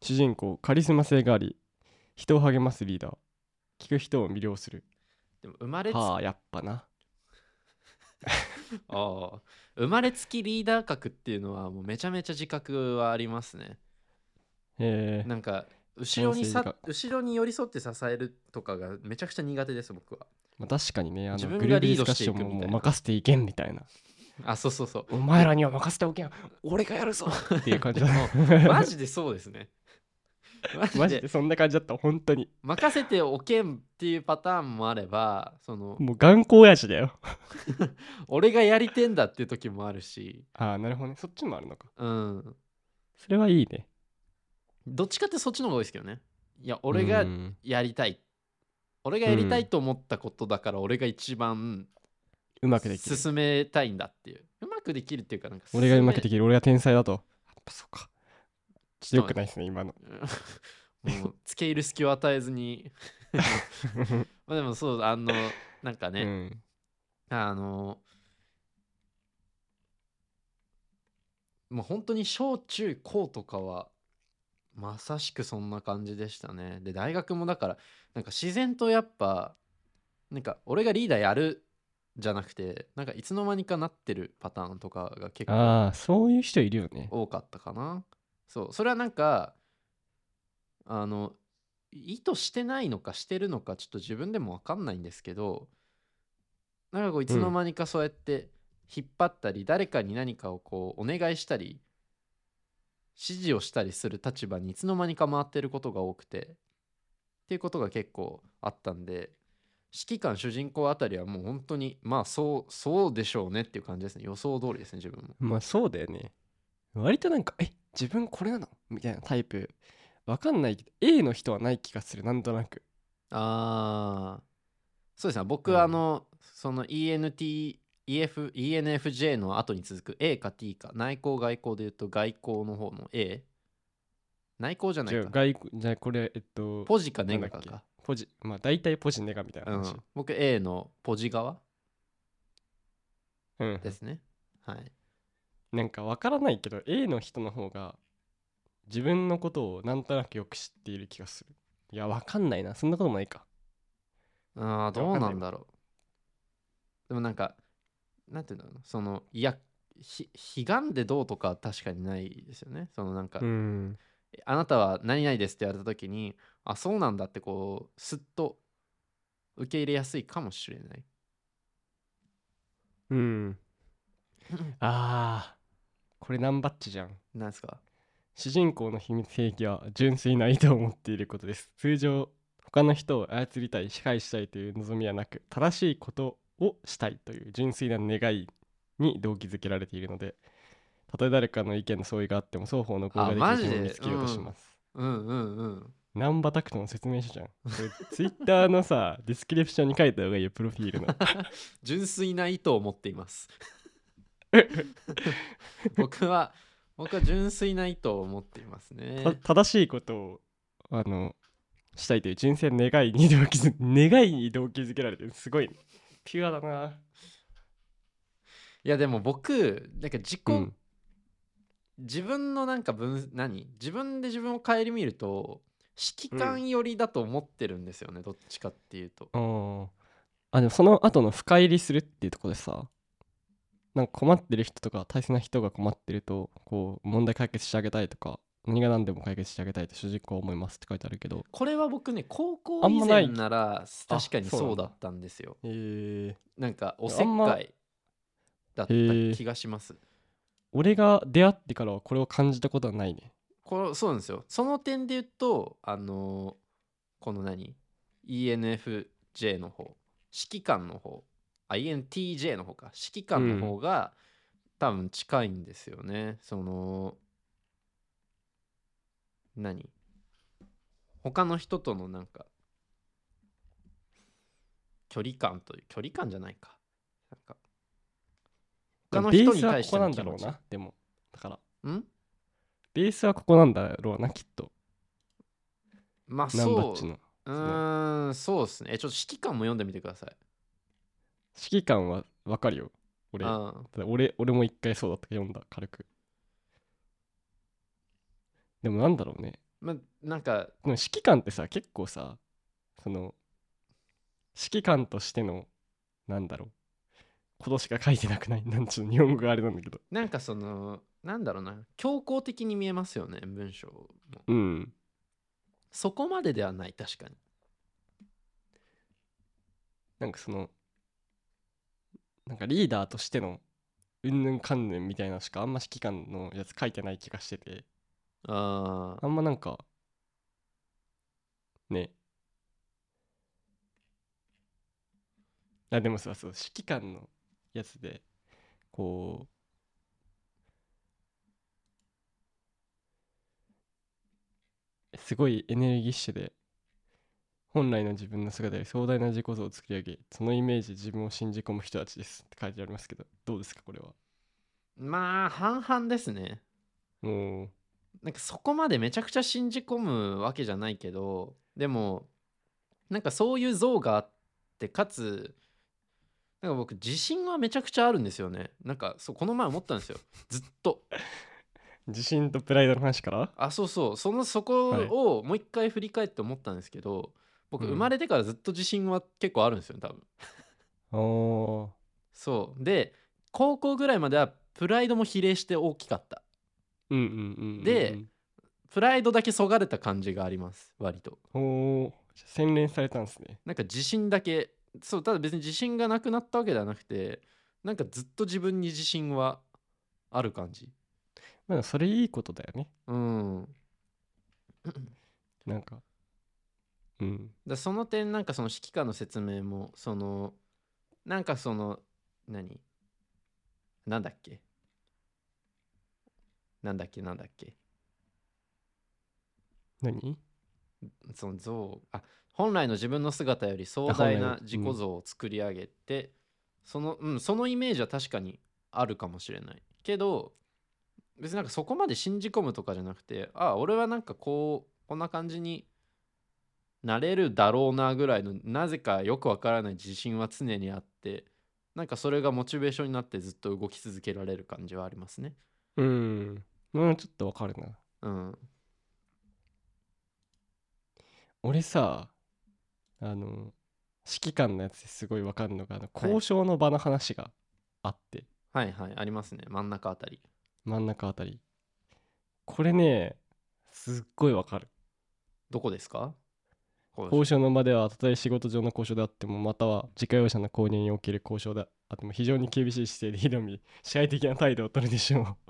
Speaker 1: 主人公カリスマ性があり人を励ますリーダー聞く人を魅了する
Speaker 2: でも生まれつき
Speaker 1: は
Speaker 2: あ
Speaker 1: あやっぱな
Speaker 2: ー生まれつきリーダー格っていうのはもうめちゃめちゃ自覚はありますね
Speaker 1: えー
Speaker 2: なんか後ろに
Speaker 1: 男性
Speaker 2: さ後ろに寄り添って支えるとかがめちゃくちゃ苦手です僕は
Speaker 1: まあ、確かにねあ
Speaker 2: 自
Speaker 1: の
Speaker 2: 分
Speaker 1: グルー
Speaker 2: が
Speaker 1: プディ
Speaker 2: リー
Speaker 1: ス
Speaker 2: ド
Speaker 1: カッ
Speaker 2: して
Speaker 1: シ
Speaker 2: い
Speaker 1: ョ
Speaker 2: くみたいな
Speaker 1: ンももう任せていけんみたいな
Speaker 2: あそうそうそう
Speaker 1: お前らには任せておけん俺がや るぞっていう感じだ
Speaker 2: マジでそうですねマジで
Speaker 1: マジでそんな感じだった本当に
Speaker 2: 任せておけんっていうパターンもあればその
Speaker 1: もう頑固親父だよ
Speaker 2: 俺がやりてんだっていう時もあるし、
Speaker 1: ああなるほどねそっちもあるのか
Speaker 2: うん、
Speaker 1: それはいいね
Speaker 2: どっちかってそっちの方が多いですけどねいや俺が
Speaker 1: うん
Speaker 2: やりたい、俺がやりたいと思ったことだから俺が一番
Speaker 1: うまくできる
Speaker 2: 進めたいんだっていううまくできるっていうかなんか
Speaker 1: 俺がうまくで
Speaker 2: き
Speaker 1: きる俺が天才だとやっぱそうかちょっとよく
Speaker 2: い
Speaker 1: ないですね今の
Speaker 2: もう付け入る隙を与えずにまあでもそうあのなん か
Speaker 1: う
Speaker 2: ね、
Speaker 1: ん
Speaker 2: あのもう本当に小中高とかはまさしくそんな感じでしたねで大学もだからなんか自然とやっぱなんか俺がリーダーやるじゃなくてなんかいつの間にかなってるパターンとかが結構
Speaker 1: ああそういう人いるよね
Speaker 2: 多かったかなそうそれはなんかあの意図してないのかしてるのかちょっと自分でも分かんないんですけどなんかこういつの間にかそうやって引っ張ったり、誰かに何かをこうお願いしたり指示をしたりする立場にいつの間にか回ってることが多くてっていうことが結構あったんで指揮官主人公あたりはもう本当にまあそうそうでしょうねっていう感じですね予想通りですね自分も。
Speaker 1: まあそうだよね割となんかえ自分これなのみたいなタイプわかんないけど A の人はない気がするなんとなく
Speaker 2: ああそうですね僕、
Speaker 1: うん
Speaker 2: あのその ENT EF ENFJ の後に続く A か T か内向外向で言うと外向の方の A 内向じゃな
Speaker 1: じゃ
Speaker 2: い
Speaker 1: あ
Speaker 2: か
Speaker 1: 外国じゃあこれえっと
Speaker 2: ポジかネ
Speaker 1: なんだ
Speaker 2: ガ
Speaker 1: っ
Speaker 2: か
Speaker 1: け
Speaker 2: か、
Speaker 1: ポジまあ大体ポジネガみたいな
Speaker 2: う
Speaker 1: 話
Speaker 2: ん、僕 A のポジ側
Speaker 1: うん
Speaker 2: ですね、はい
Speaker 1: なんかわからないけど A の人の方が自分のことをなんとなくよく知っている気がするいやわかんないなそんなこともないか
Speaker 2: ああどうなんだろうでもなんかなんていうんだろうなそのいやひ悲願でどうとかは確かにないですよねそのなんか、
Speaker 1: うん
Speaker 2: あなたは何々ですって言われた時にあそうなんだってこうすっと受け入れやすいかもし れない
Speaker 1: うんあーこれ何バッチじゃん
Speaker 2: なんですか
Speaker 1: 主人公の秘密兵器は純粋な意図を持っていることです通常他の人を操りたい支配したいという望みはなく正しいことをしたいという純粋な願いに動機づけられているのでたとえ誰かの意見の相違があっても双方の合意
Speaker 2: あ
Speaker 1: が
Speaker 2: マ
Speaker 1: でき
Speaker 2: ジ
Speaker 1: る
Speaker 2: で
Speaker 1: 自分を見つけようとします
Speaker 2: うんうんうん
Speaker 1: ナンバタクトの説明書じゃんこれ ツイッターのさディスクリプションに書いた方がいいよプロフィールの
Speaker 2: 純粋な意図を持っています 僕は僕は純粋な意図を持っていますね
Speaker 1: た正しいことをあのしたいという純粋な願いに動機づ願いに動機づけられてるすごいねピュアだない
Speaker 2: やでも僕なんか自己、
Speaker 1: うん
Speaker 2: 自分のなんか分何自分で自分を顧みると指揮官寄りだと思ってるんですよね、どっちかっていうと
Speaker 1: うんあでもその後の深入りするっていうところでさなんか困ってる人とか大切な人が困ってるとこう問題解決してあげたいとか何が何でも解決してあげたいと主人公は思いますって書いてあるけど
Speaker 2: これは僕ね高校
Speaker 1: あん
Speaker 2: 以
Speaker 1: まない
Speaker 2: 前なら確かに
Speaker 1: そう
Speaker 2: そ
Speaker 1: な
Speaker 2: うんだ
Speaker 1: だ
Speaker 2: ったんですよ
Speaker 1: へえ
Speaker 2: なんかおせ
Speaker 1: あ
Speaker 2: っ
Speaker 1: んま
Speaker 2: かいだった
Speaker 1: へー
Speaker 2: 気がします
Speaker 1: 俺が出会ってからはこれを感じたことはないね
Speaker 2: これそうなんですよその点で言うとあのーこの何 ENFJ の方指揮官の方あ ENTJ の方か指揮官の方が、多分近いんですよねその何他の人とのなんか距離感という距離感じゃないかなんか他の
Speaker 1: ベ
Speaker 2: 人
Speaker 1: ー
Speaker 2: に
Speaker 1: スは
Speaker 2: 対
Speaker 1: こ
Speaker 2: して
Speaker 1: こな
Speaker 2: の
Speaker 1: ん
Speaker 2: 気
Speaker 1: だろ
Speaker 2: 持
Speaker 1: う
Speaker 2: ち
Speaker 1: なでもだから
Speaker 2: ん
Speaker 1: ベースはここなんだろうなきっと
Speaker 2: まあ
Speaker 1: ナンバ
Speaker 2: そ
Speaker 1: ッ
Speaker 2: う
Speaker 1: チの
Speaker 2: うーん、そうですね。え、ちょっと指揮官も読んでみてください。
Speaker 1: 指揮官はわかるよ俺
Speaker 2: あー
Speaker 1: ただ俺俺も一回そうだったから読んだ軽くでもなんだろうね
Speaker 2: ま、なんか、
Speaker 1: でも指揮官ってさ結構さその指揮官としてのなんだろうことしか書いてなくないなんちゅう日本語があれなんだけど
Speaker 2: なんかその、なんだろうな、強硬的に見えますよね、文章も。
Speaker 1: うん
Speaker 2: そこまでではない、確かに。
Speaker 1: なんかそのなんかリーダーとしてのうんぬんかんぬんみたいなのしかあんま指揮官のやつ書いてない気がしてて
Speaker 2: あ
Speaker 1: あんまなんかねあでもさそう指揮官のやつでこうすごいエネルギッシュで本来の自分の姿より壮大な自己像を作り上げそのイメージで自分を信じ込む人たちですって書いてありますけどどうですかこれは
Speaker 2: ーまあ、半々ですね。
Speaker 1: もう
Speaker 2: なんかそこまでめちゃくちゃ信じ込むわけじゃないけど、でも、なんかそういう像があって、かつ、なんか僕、自信はめちゃくちゃあるんですよね。なんか、そう、この前思ったんですよ。ずっと。
Speaker 1: 自信とプライドの話から
Speaker 2: あそうそうそのそこ
Speaker 1: はい
Speaker 2: をもう一回振り返って思ったんですけど、僕
Speaker 1: うん
Speaker 2: 生まれてからずっと自信は結構あるんですよね多分
Speaker 1: おー
Speaker 2: そうで高校ぐらいまではプライドも比例して大きかった
Speaker 1: うんうんうんうんうん
Speaker 2: でプライドだけそがれた感じがあります割と
Speaker 1: おお洗練されたんですね
Speaker 2: なんか自信だけそうただ別に自信がなくなったわけではなくてなんかずっと自分に自信はある感じ
Speaker 1: まあそれいいことだよね
Speaker 2: うん
Speaker 1: なんかうん
Speaker 2: だその点なんかその指揮官の説明もそのなんかその何なんだっけなんだっけなんだっけ
Speaker 1: 何
Speaker 2: その像あ本来の自分の姿より壮大な自己像を作り上げて、そのうんそのイメージは確かにあるかもしれないけど別になんかそこまで信じ込むとかじゃなくてあ俺はなんかこうこんな感じになれるだろうなぐらいのなぜかよくわからない自信は常にあってなんかそれがモチベーションになってずっと動き続けられる感じはありますね。
Speaker 1: うんうんちょっとわかるな
Speaker 2: うん。
Speaker 1: 俺さあの指揮官のやつですごいわかるのがあの
Speaker 2: はい
Speaker 1: 交渉の場の話があって、
Speaker 2: はいはい、ありますね。真ん中あたり。
Speaker 1: 真ん中あたりこれねすっごいわかる
Speaker 2: どこですか
Speaker 1: 交渉の場ではたとえ仕事上の交渉であってもまたは自家用車の購入における交渉であっても非常に厳しい姿勢で挑み支配的な態度を取るでしょう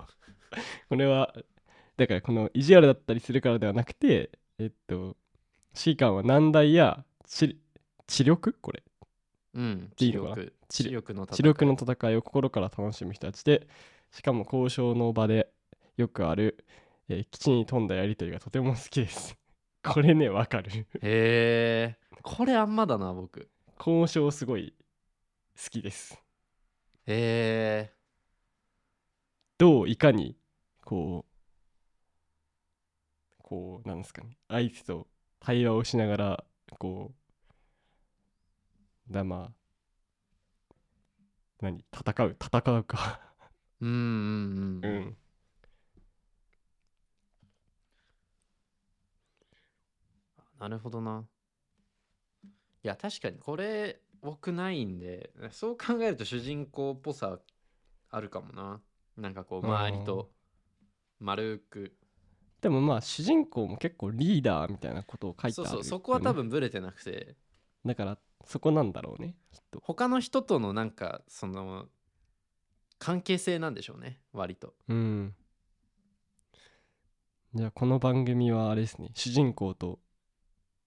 Speaker 1: これはだからこの意地悪だったりするからではなくてえっと C 官は難題や知知力これ
Speaker 2: うん。
Speaker 1: い
Speaker 2: 知
Speaker 1: いのかな
Speaker 2: 力。
Speaker 1: 知
Speaker 2: 知力の戦い
Speaker 1: 知力の戦いを心から楽しむ人たちでしかも交渉の場でよくある、えー基地に富んだやり取りがとても好きですこれねわかる
Speaker 2: へえ。これあんまだな、僕。
Speaker 1: 交渉すごい好きです
Speaker 2: へえ。
Speaker 1: どういかにこうこうなんですかね相手と対話をしながらこうだまあ何戦う戦うか
Speaker 2: うんうんうん。
Speaker 1: うん
Speaker 2: なるほどな。いや、確かにこれ、僕ないんで、そう考えると主人公っぽさあるかもな。なんかこう、
Speaker 1: あー
Speaker 2: 周りと丸く。
Speaker 1: でもまあ主人公も結構リーダーみたいなことを書いて
Speaker 2: そ
Speaker 1: あ
Speaker 2: う
Speaker 1: る
Speaker 2: そう、
Speaker 1: よね
Speaker 2: そこは多分ブレてなくて、
Speaker 1: だからそこなんだろうねきっと
Speaker 2: 他の人とのなんか、その、関係性なんでしょうね、割と。
Speaker 1: うんじゃあこの番組はあれですね主人公と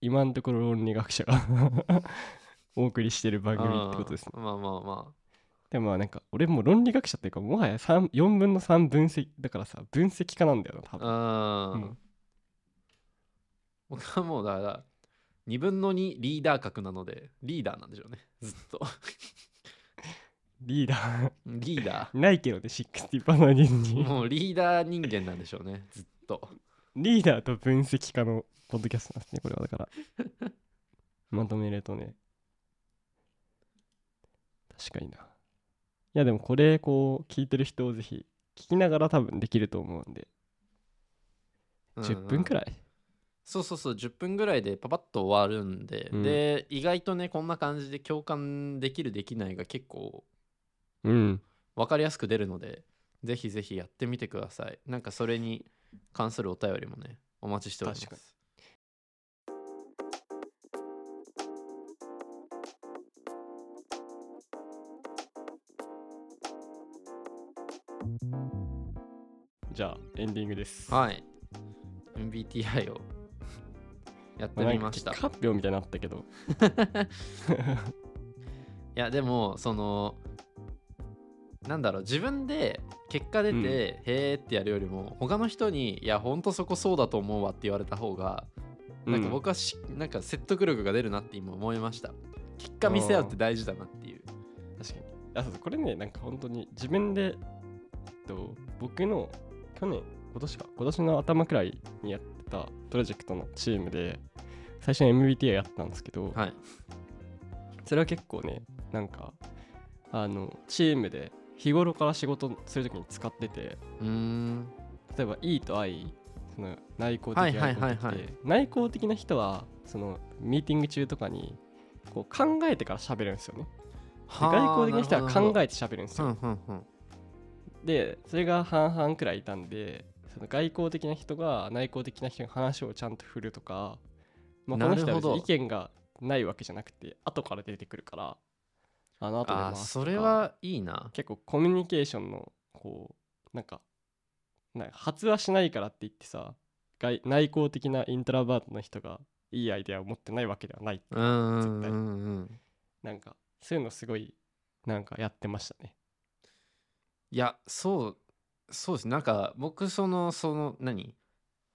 Speaker 1: 今のところ論理学者が お送りしてる番組ってことですね
Speaker 2: あーまあまあま
Speaker 1: でもまあなんか俺もう論理学者っていうかもはや3 4分の3分析だからさ分析家なんだよな多分
Speaker 2: あ。う。
Speaker 1: うんん
Speaker 2: 僕はもうだから、2分の2リーダー格なので、リーダーなんでしょうね、ずっ と。
Speaker 1: リーダー
Speaker 2: リーダー。
Speaker 1: いないけどね60パーの人に
Speaker 2: もうリーダー人間なんでしょうね、ずっと。
Speaker 1: リーダーと分析家のポッドキャストなんですね、これはだから。 まとめるとね。確かにな。いや、でもこれ、こう、聞いてる人をぜひ、聞きながら多分できると思うんで、10分く
Speaker 2: らい
Speaker 1: らい。
Speaker 2: そうそうそう、10分ぐらいでパパッと終わるんで、
Speaker 1: うん
Speaker 2: で、意外とね、こんな感じで共感できる、できないが結構
Speaker 1: うん。
Speaker 2: 分かりやすく出るので、ぜひぜひやってみてください。なんかそれに関するお便りもね、お待ちしておりま
Speaker 1: 確
Speaker 2: す。
Speaker 1: じゃあ、エンディングです。
Speaker 2: はい。MBTI を やっ
Speaker 1: ま
Speaker 2: て
Speaker 1: あ
Speaker 2: み
Speaker 1: なん
Speaker 2: ま
Speaker 1: か結
Speaker 2: した。
Speaker 1: 果発表みたいになったけど、
Speaker 2: いやでもそのなんだろう自分で結果出て、
Speaker 1: うん
Speaker 2: へーってやるよりも他の人に「いやほんとそこそうだと思うわ」って言われた方がなんか僕はし、なんか説得力が出るなって今思いました結果見せ合うって大事だなっていう
Speaker 1: うん確かに。あ、そうそう、これね、なんか本当に自分で、えっと、僕の去年、今年か、今年の頭くらいにやってたプロジェクトのチームで、最初に MBTI やったんですけど、
Speaker 2: はい
Speaker 1: それは結構ねなんかあのチームで日頃から仕事するときに使ってて
Speaker 2: うーん
Speaker 1: 例えば E と I その内向的
Speaker 2: はい
Speaker 1: 外
Speaker 2: はい
Speaker 1: 向
Speaker 2: はい
Speaker 1: 的で、
Speaker 2: はい
Speaker 1: 内向的な人はそのミーティング中とかにこう考えてから喋るんですよねで外向的な人は考
Speaker 2: え
Speaker 1: えて喋るんです
Speaker 2: うん
Speaker 1: よ
Speaker 2: うんうん
Speaker 1: でそれが半々くらいいたんでその外交的な人が内向的な人に話をちゃんと振るとか、まあ、この人
Speaker 2: なる
Speaker 1: は
Speaker 2: ほ
Speaker 1: 別
Speaker 2: ど
Speaker 1: に意見がないわけじゃなくて後から出てくるからあの後で回
Speaker 2: あー
Speaker 1: すと
Speaker 2: そ
Speaker 1: か
Speaker 2: れはいいな
Speaker 1: 結構コミュニケーションのこうなんかなんか発話しないからって言ってさ外内向的なイントラバートの人がいいアイデアを持ってないわけではない
Speaker 2: うんうんう
Speaker 1: 絶対
Speaker 2: んうん
Speaker 1: なんかそういうのすごいなんかやってましたね
Speaker 2: いやそうそうですなんか僕そのその何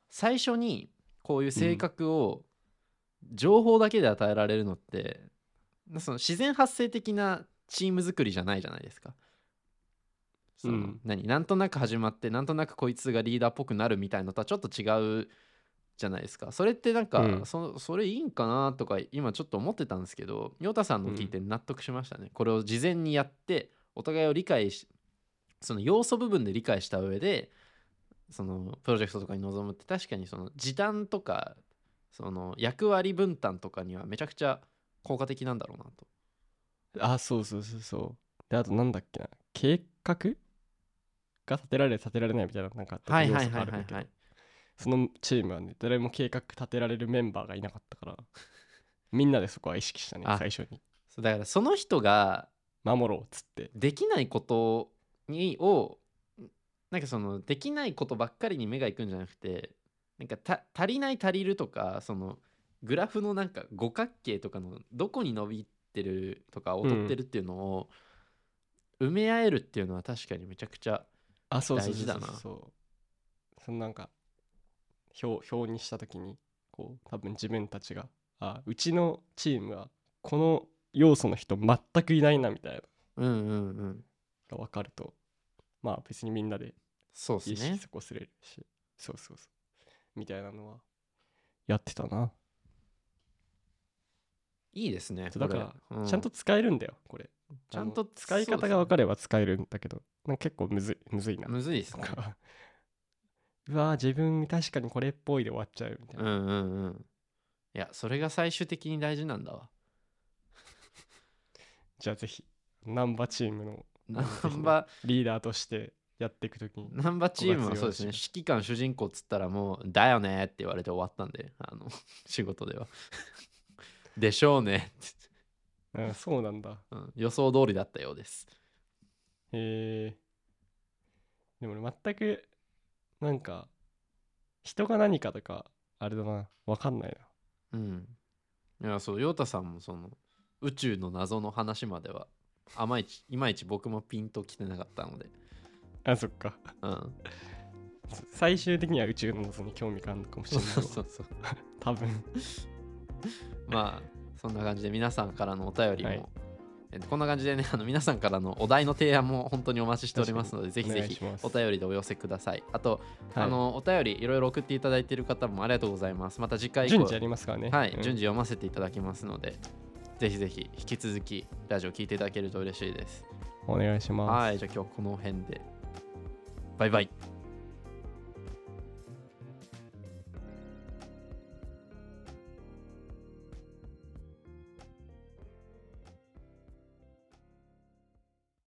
Speaker 2: 最初にこういう性格を情報だけで与えられるのって、なその自然発生的なチーム作りじゃないじゃないですか。その
Speaker 1: うん
Speaker 2: 何なんとなく始まってなんとなくこいつがリーダーっぽくなるみたいのとはちょっと違うじゃないですかそれってなんか、
Speaker 1: うん
Speaker 2: そそれいいんかなとか今ちょっと思ってたんですけど陽太さんの聞いて納得しましたね、これを事前にやってお互いを理解しその要素部分で理解した上でそのプロジェクトとかに臨むって確かにその時短とかその役割分担とかにはめちゃくちゃ効果的なんだろうなと
Speaker 1: あそうそうそうそうであとなんだっけな計画が立てられ立てられないみたいななんか
Speaker 2: はい
Speaker 1: 要
Speaker 2: はい
Speaker 1: 素
Speaker 2: は
Speaker 1: が
Speaker 2: い
Speaker 1: あるん
Speaker 2: は
Speaker 1: だ
Speaker 2: い
Speaker 1: け
Speaker 2: は
Speaker 1: ど
Speaker 2: い
Speaker 1: そのチームはね誰も計画立てられるメンバーがいなかったからみんなでそこは意識したね
Speaker 2: あ
Speaker 1: 最初に
Speaker 2: そうだからその人が
Speaker 1: 守ろうっつって
Speaker 2: できないことにをなんかそのできないことばっかりに目がいくんじゃなくてなんかた足りない足りるとかそのグラフのなんか五角形とかのどこに伸びてるとか劣ってるっていうのを埋め合えるっていうのは確かにめちゃくちゃ
Speaker 1: あそうそ
Speaker 2: 大
Speaker 1: うそ
Speaker 2: 事
Speaker 1: う
Speaker 2: だ
Speaker 1: そ
Speaker 2: な
Speaker 1: うそうそのなんか表表にした時にこう多分自分たちがあうちのチームはこの要素の人全くいないなみたいなの
Speaker 2: うんうんうん
Speaker 1: が分かるとまあ別にみんなで
Speaker 2: そうっす
Speaker 1: 意識
Speaker 2: ね
Speaker 1: そこすれるしそうそうそうみたいなのはやってたな、
Speaker 2: いいですね
Speaker 1: そうだから
Speaker 2: これう
Speaker 1: ちゃんと使えるんだよこれ
Speaker 2: ちゃんと
Speaker 1: あの使い方が分かれば使えるんだけどなんか結構むずいむずいな
Speaker 2: むずいです
Speaker 1: と
Speaker 2: ね
Speaker 1: か うわー自分確かにこれっぽいで終わっちゃうみたいな
Speaker 2: う、んうんうんいやそれが最終的に大事なんだわ
Speaker 1: じゃあぜひナンバチームの
Speaker 2: ナ
Speaker 1: ぜひ
Speaker 2: ン
Speaker 1: ね
Speaker 2: バ
Speaker 1: リーダーとしてやっていくときに
Speaker 2: ナンバチームはそうですね、
Speaker 1: 五
Speaker 2: 指
Speaker 1: 月
Speaker 2: 揮官主人公っつったらもう、だよねって言われて終わったんで、あの 仕事では。でしょうねって、
Speaker 1: うんそうなんだ
Speaker 2: うん予想通りだったようです。
Speaker 1: へえでも俺全くなんか人が何かとかあれだな分かんないな
Speaker 2: うん。いや、そう、ヨタさんもその宇宙の謎の話までは、あまいち、 いまいち僕もピンときてなかったので、
Speaker 1: あそっか
Speaker 2: うん。
Speaker 1: 最終的には宇宙の謎に興味があるのかもし
Speaker 2: そう
Speaker 1: れない
Speaker 2: そう
Speaker 1: わ
Speaker 2: そうそう。
Speaker 1: 多分
Speaker 2: まあ、そんな感じで皆さんからのお便りも、
Speaker 1: はい
Speaker 2: えっとこんな感じでね、あの皆さんからのお題の提案も本当にお待ちしておりますので、ぜひぜ
Speaker 1: お願い
Speaker 2: ひ
Speaker 1: します
Speaker 2: お便りでお寄せください。あと、
Speaker 1: はい
Speaker 2: あのお便りいろいろ送っていただいている方もありがとうございます。また次回以降
Speaker 1: 順次ありますからね
Speaker 2: はい、
Speaker 1: うん
Speaker 2: 順次読ませていただきますので、ぜひぜひ引き続きラジオ聞いていただけると嬉しいです。
Speaker 1: お願いします
Speaker 2: はい、じゃあ今日はこの辺で。バイバイ。